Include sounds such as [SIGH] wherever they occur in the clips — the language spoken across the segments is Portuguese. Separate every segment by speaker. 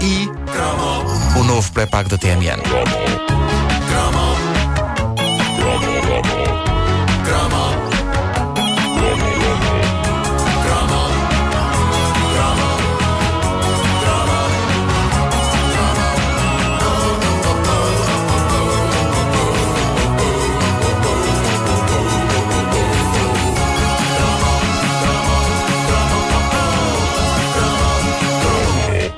Speaker 1: e o novo pré-pago da TMN.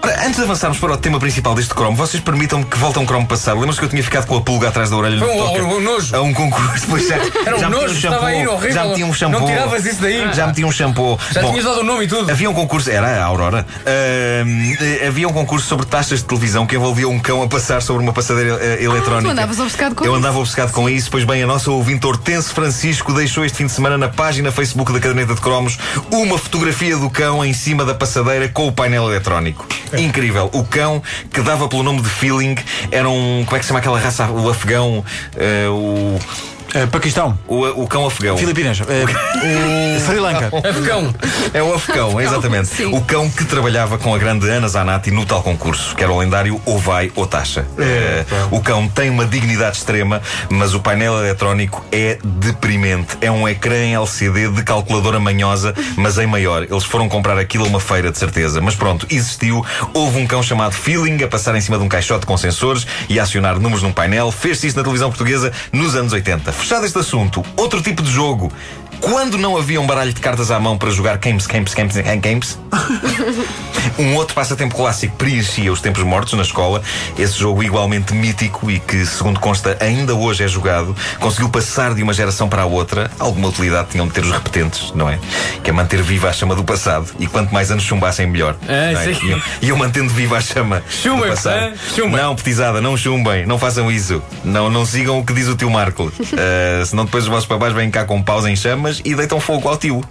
Speaker 2: Ora, antes de avançarmos para o tema principal deste cromo, vocês permitam-me que volte a um cromo passado. Lembram-se que eu tinha ficado com a pulga atrás da orelha no
Speaker 3: Foi
Speaker 2: que
Speaker 3: um-
Speaker 2: toca
Speaker 3: um nojo.
Speaker 2: A um concurso, pois já,
Speaker 3: Era um
Speaker 2: já meti
Speaker 3: nojo, estava aí, horrível.
Speaker 2: já meti um
Speaker 3: Não
Speaker 2: shampoo.
Speaker 3: tiravas isso daí.
Speaker 2: Já meti um shampoo.
Speaker 3: Já
Speaker 2: Bom,
Speaker 3: tinhas dado o nome e tudo.
Speaker 2: Havia um concurso, era a Aurora. Ahm, eh, havia um concurso sobre taxas de televisão que envolvia um cão a passar sobre uma passadeira eh, eletrónica.
Speaker 4: Ah, tu andavas obcecado com
Speaker 2: Eu
Speaker 4: isso.
Speaker 2: andava obcecado com isso, pois bem, a nossa ouvinte Hortense Francisco deixou este fim de semana na página Facebook da Caderneta de Cromos uma fotografia do cão em cima da passadeira com o painel eletrónico. Incrível. O cão que dava pelo nome de Feeling era um. Como é que se chama aquela raça? O afegão. eh, o,
Speaker 5: Eh, Paquistão,
Speaker 2: o, o cão afegão.
Speaker 5: Filipinas, eh, Sri Lanka.
Speaker 3: Afegão.
Speaker 2: É o
Speaker 4: [LAUGHS]
Speaker 2: afegão, exatamente.
Speaker 4: sim.
Speaker 2: O cão que trabalhava com a grande Ana Zanatti no tal concurso, que era o lendário Ou Vai ou Taxa. Eh, o cão tem uma dignidade extrema, mas o painel eletrónico é deprimente. É um ecrã em LCD de calculadora manhosa, mas em maior. Eles foram comprar aquilo a uma feira, de certeza. Mas pronto, existiu. Houve um cão chamado Feeling a passar em cima de um caixote com sensores e a acionar números num painel. Fez-se isso na televisão portuguesa nos anos 80. Fechado este assunto, outro tipo de jogo. Quando não havia um baralho de cartas à mão para jogar games, games, games, games, games, um outro passatempo clássico preenchia os tempos mortos na escola. Esse jogo igualmente mítico e que, segundo consta, ainda hoje é jogado, conseguiu passar de uma geração para a outra. Alguma utilidade tinham de ter os repetentes, não é? Que é manter viva a chama do passado. E quanto mais anos chumbassem, melhor.
Speaker 3: É,
Speaker 2: não
Speaker 3: sim.
Speaker 2: E eu- E eu mantendo viva a chama.
Speaker 3: Chumbem,
Speaker 2: do passado.
Speaker 3: é? Chumbem.
Speaker 2: Não, petizada, não chumbem. Não façam isso. Não, não sigam o que diz o tio Marco. [LAUGHS] Ah, senão depois os vossos papais vêm cá com paus em chamas e deitam fogo ao [LAUGHS] tio.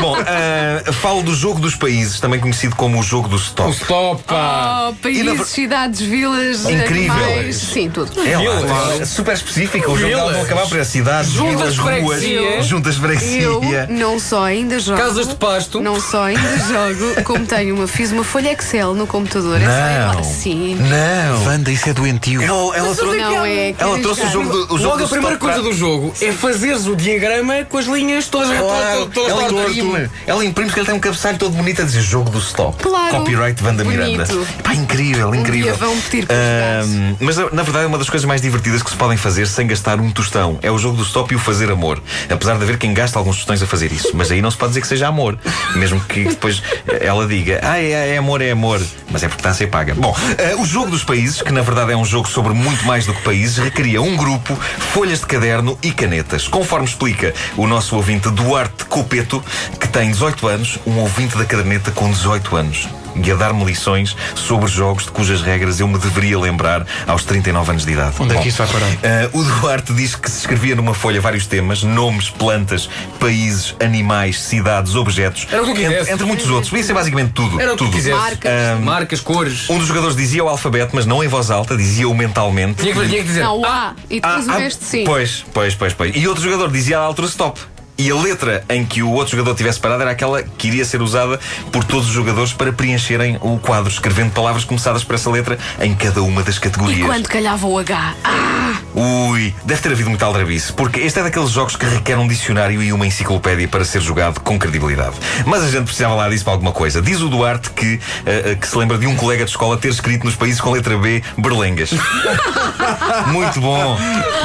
Speaker 2: Bom, ah, falo do jogo dos países, também conhecido como [LAUGHS] o jogo do
Speaker 3: O
Speaker 2: stop.
Speaker 3: stop, pá.
Speaker 4: Oh, países, cidades, vilas,
Speaker 2: Incrível.
Speaker 4: animais. Sim, tudo.
Speaker 2: É lá,
Speaker 3: Vilas.
Speaker 2: é super específico. O jogo
Speaker 3: Vilas.
Speaker 2: dá- vão acabar por cidades,
Speaker 3: Juntas
Speaker 2: vilas, ruas,
Speaker 3: freguesia.
Speaker 2: juntas
Speaker 4: Eu
Speaker 2: freguesia.
Speaker 4: não só ainda jogo.
Speaker 3: Casas de pasto.
Speaker 2: um.
Speaker 4: Não só
Speaker 2: [LAUGHS]
Speaker 4: ainda jogo, como tenho uma, fiz uma folha Excel no computador. É só
Speaker 2: Não.
Speaker 4: ir lá. Sim.
Speaker 2: Não.
Speaker 5: Wanda, isso é doentio.
Speaker 2: Ela, ela trouxe,
Speaker 4: Não é.
Speaker 2: ela trouxe o jogo do, o jogo
Speaker 3: Logo,
Speaker 2: do
Speaker 3: a primeira
Speaker 2: stop para-
Speaker 3: coisa do jogo é fazeres o diagrama com as linhas todas
Speaker 2: Claro, é
Speaker 3: todas- todas-
Speaker 2: ela
Speaker 3: todas-
Speaker 2: imprime. Ela imprime porque ele tem um cabeçalho todo bonito a dizer jogo do stop.
Speaker 4: Claro.
Speaker 2: Copyright Wanda
Speaker 4: Bonito.
Speaker 2: Miranda. Pá, incrível, incrível.
Speaker 4: Um dia vão pedir para
Speaker 2: Ahm, Mas na verdade é uma das coisas mais divertidas que se podem fazer sem gastar um tostão. É o jogo do stop e o fazer amor. Apesar de haver quem gasta alguns tostões a fazer isso. Mas aí não se pode dizer que seja amor. Mesmo que depois ela diga, ah, é, é amor, é amor. Mas é porque está a ser paga. Bom, ah, o jogo dos países, que na verdade é um jogo sobre muito mais do que países, requeria um grupo, folhas de caderno e canetas. Conforme explica o nosso ouvinte Duarte Copeto, que tem 18 anos, um ouvinte da caderneta com 18 anos. E a dar-me lições sobre jogos de cujas regras eu me deveria lembrar aos 39 anos de idade.
Speaker 5: Onde é
Speaker 2: Bom,
Speaker 5: que isso vai parar?
Speaker 2: ah, o Duarte diz que se escrevia numa folha vários temas, nomes, plantas, países, animais, cidades, objetos.
Speaker 3: Era o que eu quisesse.
Speaker 2: entre, entre muitos outros. Podia ser basicamente tudo.
Speaker 3: Era o que
Speaker 2: tudo.
Speaker 3: quisesse.
Speaker 4: Marcas.
Speaker 3: Marcas, cores.
Speaker 2: Um dos jogadores dizia o alfabeto, mas não em voz alta, dizia-o mentalmente.
Speaker 3: Tinha que, tinha que dizer.
Speaker 4: Não, o
Speaker 3: ah,
Speaker 4: A. E depois
Speaker 2: Ah,
Speaker 4: o
Speaker 2: ah,
Speaker 4: resto, sim.
Speaker 2: Pois, pois, pois, pois. E outro jogador dizia à altura stop. E a letra em que o outro jogador tivesse parado era aquela que iria ser usada por todos os jogadores para preencherem o quadro, escrevendo palavras começadas por essa letra em cada uma das categorias.
Speaker 4: E quando calhava o H? Ah,
Speaker 2: Ui, deve ter havido muita aldrabice, porque este é daqueles jogos que requer um dicionário e uma enciclopédia para ser jogado com credibilidade. Mas a gente precisava lá disso para alguma coisa. Diz o Duarte que, eh, eh, que se lembra de um colega de escola ter escrito nos países com letra B berlengas. [LAUGHS] Muito bom,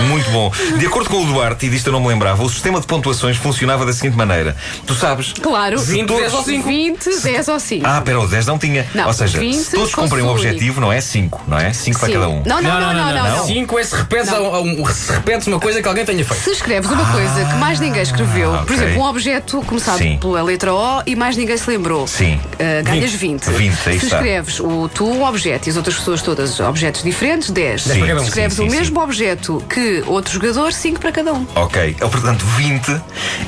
Speaker 2: muito bom. De acordo com o Duarte, e disto eu não me lembrava, o sistema de pontuações funcionava da seguinte maneira. Tu sabes.
Speaker 4: claro.
Speaker 3: Vinte, dez ou cinco.
Speaker 4: 20, 10 ou 5.
Speaker 2: Ah, pera, o 10 não tinha.
Speaker 4: Não,
Speaker 2: ou seja,
Speaker 4: 20
Speaker 2: se todos
Speaker 4: com
Speaker 2: cumprem o
Speaker 4: Sully.
Speaker 2: objetivo, não é? 5, não é? 5 para cada um.
Speaker 4: Não, não, não, não, não. não.
Speaker 3: Cinco é se repetes, a- a um- se repetes uma coisa que alguém tenha feito.
Speaker 4: Se escreves uma coisa que mais ninguém escreveu, por
Speaker 2: Ah, ok.
Speaker 4: exemplo, um objeto começado
Speaker 2: Sim.
Speaker 4: pela letra O e mais ninguém se lembrou,
Speaker 2: Sim.
Speaker 4: ah, ganhas 20.
Speaker 2: 20, aí
Speaker 4: se
Speaker 2: está.
Speaker 4: escreves o, tu um objeto e as outras pessoas todas objetos diferentes, 10.
Speaker 2: Sim,
Speaker 4: Se escreves
Speaker 2: sim,
Speaker 4: o
Speaker 2: sim,
Speaker 4: mesmo objeto que outro jogador, 5 para cada um.
Speaker 2: Ok, Então, portanto 20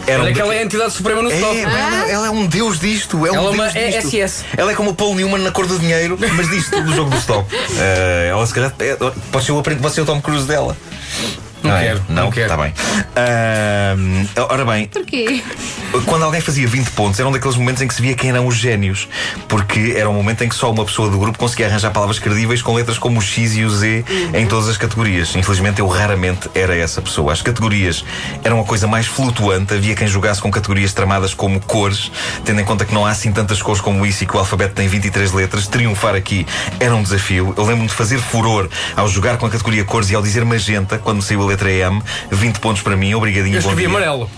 Speaker 2: eram.
Speaker 3: Olha que ela é a entidade suprema no
Speaker 2: um É,
Speaker 3: stop.
Speaker 4: Ah.
Speaker 2: ela, ela é um deus disto. É um
Speaker 3: Ela é
Speaker 2: deus
Speaker 3: uma
Speaker 2: disto.
Speaker 3: ESS.
Speaker 2: Ela é como o Paul Newman na cor do dinheiro, mas
Speaker 3: [LAUGHS]
Speaker 2: disto do jogo do stop. Eh, ela se calhar. É, pode ser o aprendo, pode ser o Tom Cruise dela.
Speaker 3: Não
Speaker 2: é?
Speaker 3: quero,
Speaker 2: Não,
Speaker 3: não quero.
Speaker 2: Está bem. Ahm, ora bem,
Speaker 4: Porquê?
Speaker 2: quando alguém fazia 20 pontos, era um daqueles momentos em que se via quem eram os génios, porque era um momento em que só uma pessoa do grupo conseguia arranjar palavras credíveis com letras como o X e o Z em todas as categorias. Infelizmente, eu raramente era essa pessoa. As categorias eram a coisa mais flutuante, havia quem jogasse com categorias tramadas como cores, tendo em conta que não há assim tantas cores como isso e que o alfabeto tem 23 letras. Triunfar aqui era um desafio. Eu lembro-me de fazer furor ao jogar com a categoria cores e ao dizer magenta, quando me saiu a letra M, 20 pontos para mim, obrigadinho,
Speaker 3: Eu
Speaker 2: bom
Speaker 3: escrevi
Speaker 2: dia.
Speaker 3: amarelo.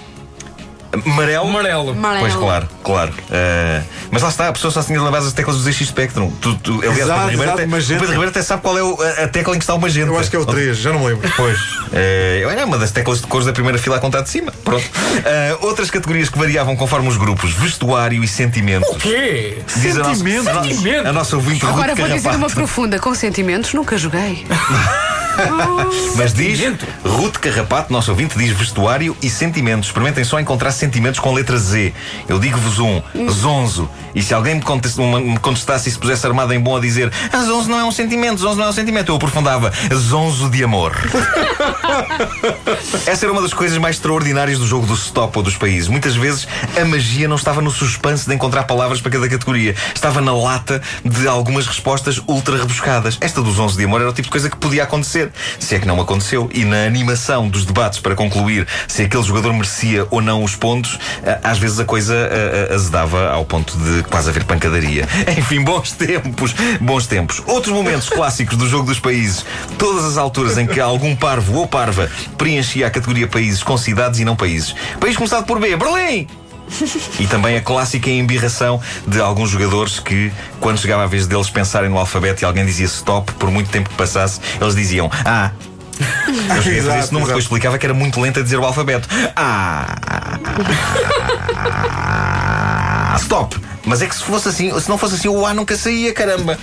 Speaker 2: Amarelo?
Speaker 3: Amarelo.
Speaker 4: Amarelo.
Speaker 2: Pois, claro, claro. Eh, mas lá está, a pessoa só se tinha de lembrar das teclas do ZX Spectrum. Tu, tu, aliás,
Speaker 6: Exato,
Speaker 2: o Pedro Ribeiro
Speaker 6: exato,
Speaker 2: até-
Speaker 6: magenta.
Speaker 2: o Pedro Ribeiro até sabe qual é o- a, a tecla em que está o magenta.
Speaker 6: Eu acho que é o 3, já não me lembro.
Speaker 2: Pois. Eh, era uma das teclas de cores da primeira fila a contar de cima. Pronto. Eh, outras categorias que variavam conforme os grupos: vestuário e sentimentos.
Speaker 3: O quê?
Speaker 2: Diz a nossa-
Speaker 5: Sentimentos?
Speaker 2: a nossa-
Speaker 3: Sentimentos?
Speaker 2: A nossa ouvinte Ruth
Speaker 4: Agora vou dizer
Speaker 2: Carrapato.
Speaker 4: uma profunda. Com sentimentos nunca joguei.
Speaker 2: Mas diz,
Speaker 3: Sentimento.
Speaker 2: Ruth Carrapato, nosso ouvinte, diz vestuário e sentimentos. Experimentem só encontrar sentimentos com letra Z. Eu digo-vos um, zonzo. E se alguém me contest- uma- me contestasse e se pusesse armado em bom a dizer ah, zonzo não é um sentimento, zonzo não é um sentimento, eu aprofundava zonzo de amor. Essa era uma das coisas mais extraordinárias do jogo do stop ou dos países. Muitas vezes a magia não estava no suspense de encontrar palavras para cada categoria. Estava na lata de algumas respostas ultra rebuscadas. Esta dos 11 de amor era o tipo de coisa que podia acontecer, se é que não aconteceu. E na animação dos debates para concluir se aquele jogador merecia ou não os pontos, ah, às vezes a coisa ah, ah, azedava ao ponto de quase haver pancadaria. [LAUGHS] Enfim, bons tempos, bons tempos. Outros momentos clássicos do jogo dos países. Todas as alturas em que algum parvo ou parva preenchia a categoria países com cidades e não países. País começado por B, Berlim! E também a clássica embirração de alguns jogadores que, quando chegava a vez deles pensarem no alfabeto e alguém dizia stop, por muito tempo que passasse, eles diziam Ah! Eu cheguei a fazer esse
Speaker 6: Exato,
Speaker 2: número, depois
Speaker 6: exato.
Speaker 2: explicava que era muito lento a dizer o alfabeto. Ah! Ah, stop! Mas é que se fosse assim, se não fosse assim, o A nunca saía, caramba!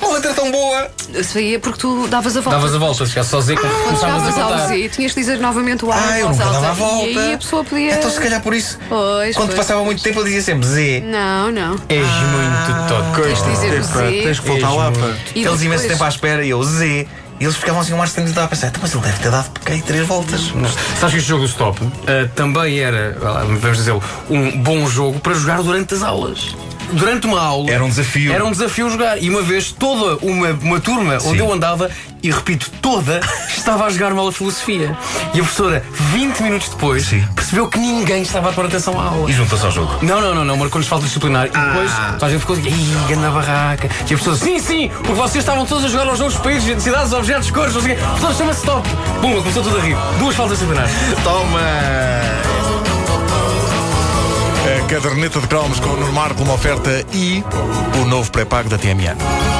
Speaker 2: Uma letra tão boa!
Speaker 4: Isso aí é porque tu davas a volta.
Speaker 3: Davas a volta, se ficasse sozinho,
Speaker 4: Quando
Speaker 3: começávamos a
Speaker 4: chegavas ao
Speaker 3: contar.
Speaker 4: Z, tinhas de dizer novamente o A.
Speaker 2: Ah, eu
Speaker 4: volta
Speaker 2: nunca
Speaker 4: ao
Speaker 2: dava a
Speaker 4: Z. E
Speaker 2: volta!
Speaker 4: aí a pessoa podia.
Speaker 2: Então se calhar por isso.
Speaker 4: Pois,
Speaker 2: Quando
Speaker 4: pois.
Speaker 2: passava muito tempo, eu dizia sempre Z.
Speaker 4: Não, não.
Speaker 3: És muito toque.
Speaker 4: Tens de dizer o
Speaker 6: Epá,
Speaker 4: Z.
Speaker 6: tens que voltar lá para.
Speaker 4: E
Speaker 2: eles
Speaker 4: depois-
Speaker 2: imenso tempo à espera e eu Z. E eles ficavam assim um ar estendido a pensar, "Então, mas ele deve ter dado porque aí três voltas.
Speaker 3: Sabes que este jogo do Stop ah, também era, ah, vamos dizer, um bom jogo para jogar durante as aulas. Durante uma aula.
Speaker 2: Era um desafio.
Speaker 3: Era um desafio jogar. E uma vez toda uma, uma turma onde eu andava, e repito, toda, [LAUGHS] estava a jogar uma aula de filosofia. E a professora, 20 minutos depois,
Speaker 2: Sim.
Speaker 3: percebeu que ninguém estava a pôr atenção à aula.
Speaker 2: E juntou-se ao jogo.
Speaker 3: Não, não, não, não, marcou-nos falta disciplinar. E depois toda a gente ficou, ih, ganda barraca. E a pessoa, sim, sim, porque vocês estavam todos a jogar aos jogos de países, cidades, objetos, cores, não sei o quê. A pessoa chama-se top. Pumba, começou tudo a rir. Duas faltas disciplinares.
Speaker 2: Toma!
Speaker 6: A caderneta de cromos com o Nuno Marco, uma oferta e.
Speaker 1: O novo pré-pago da TMN.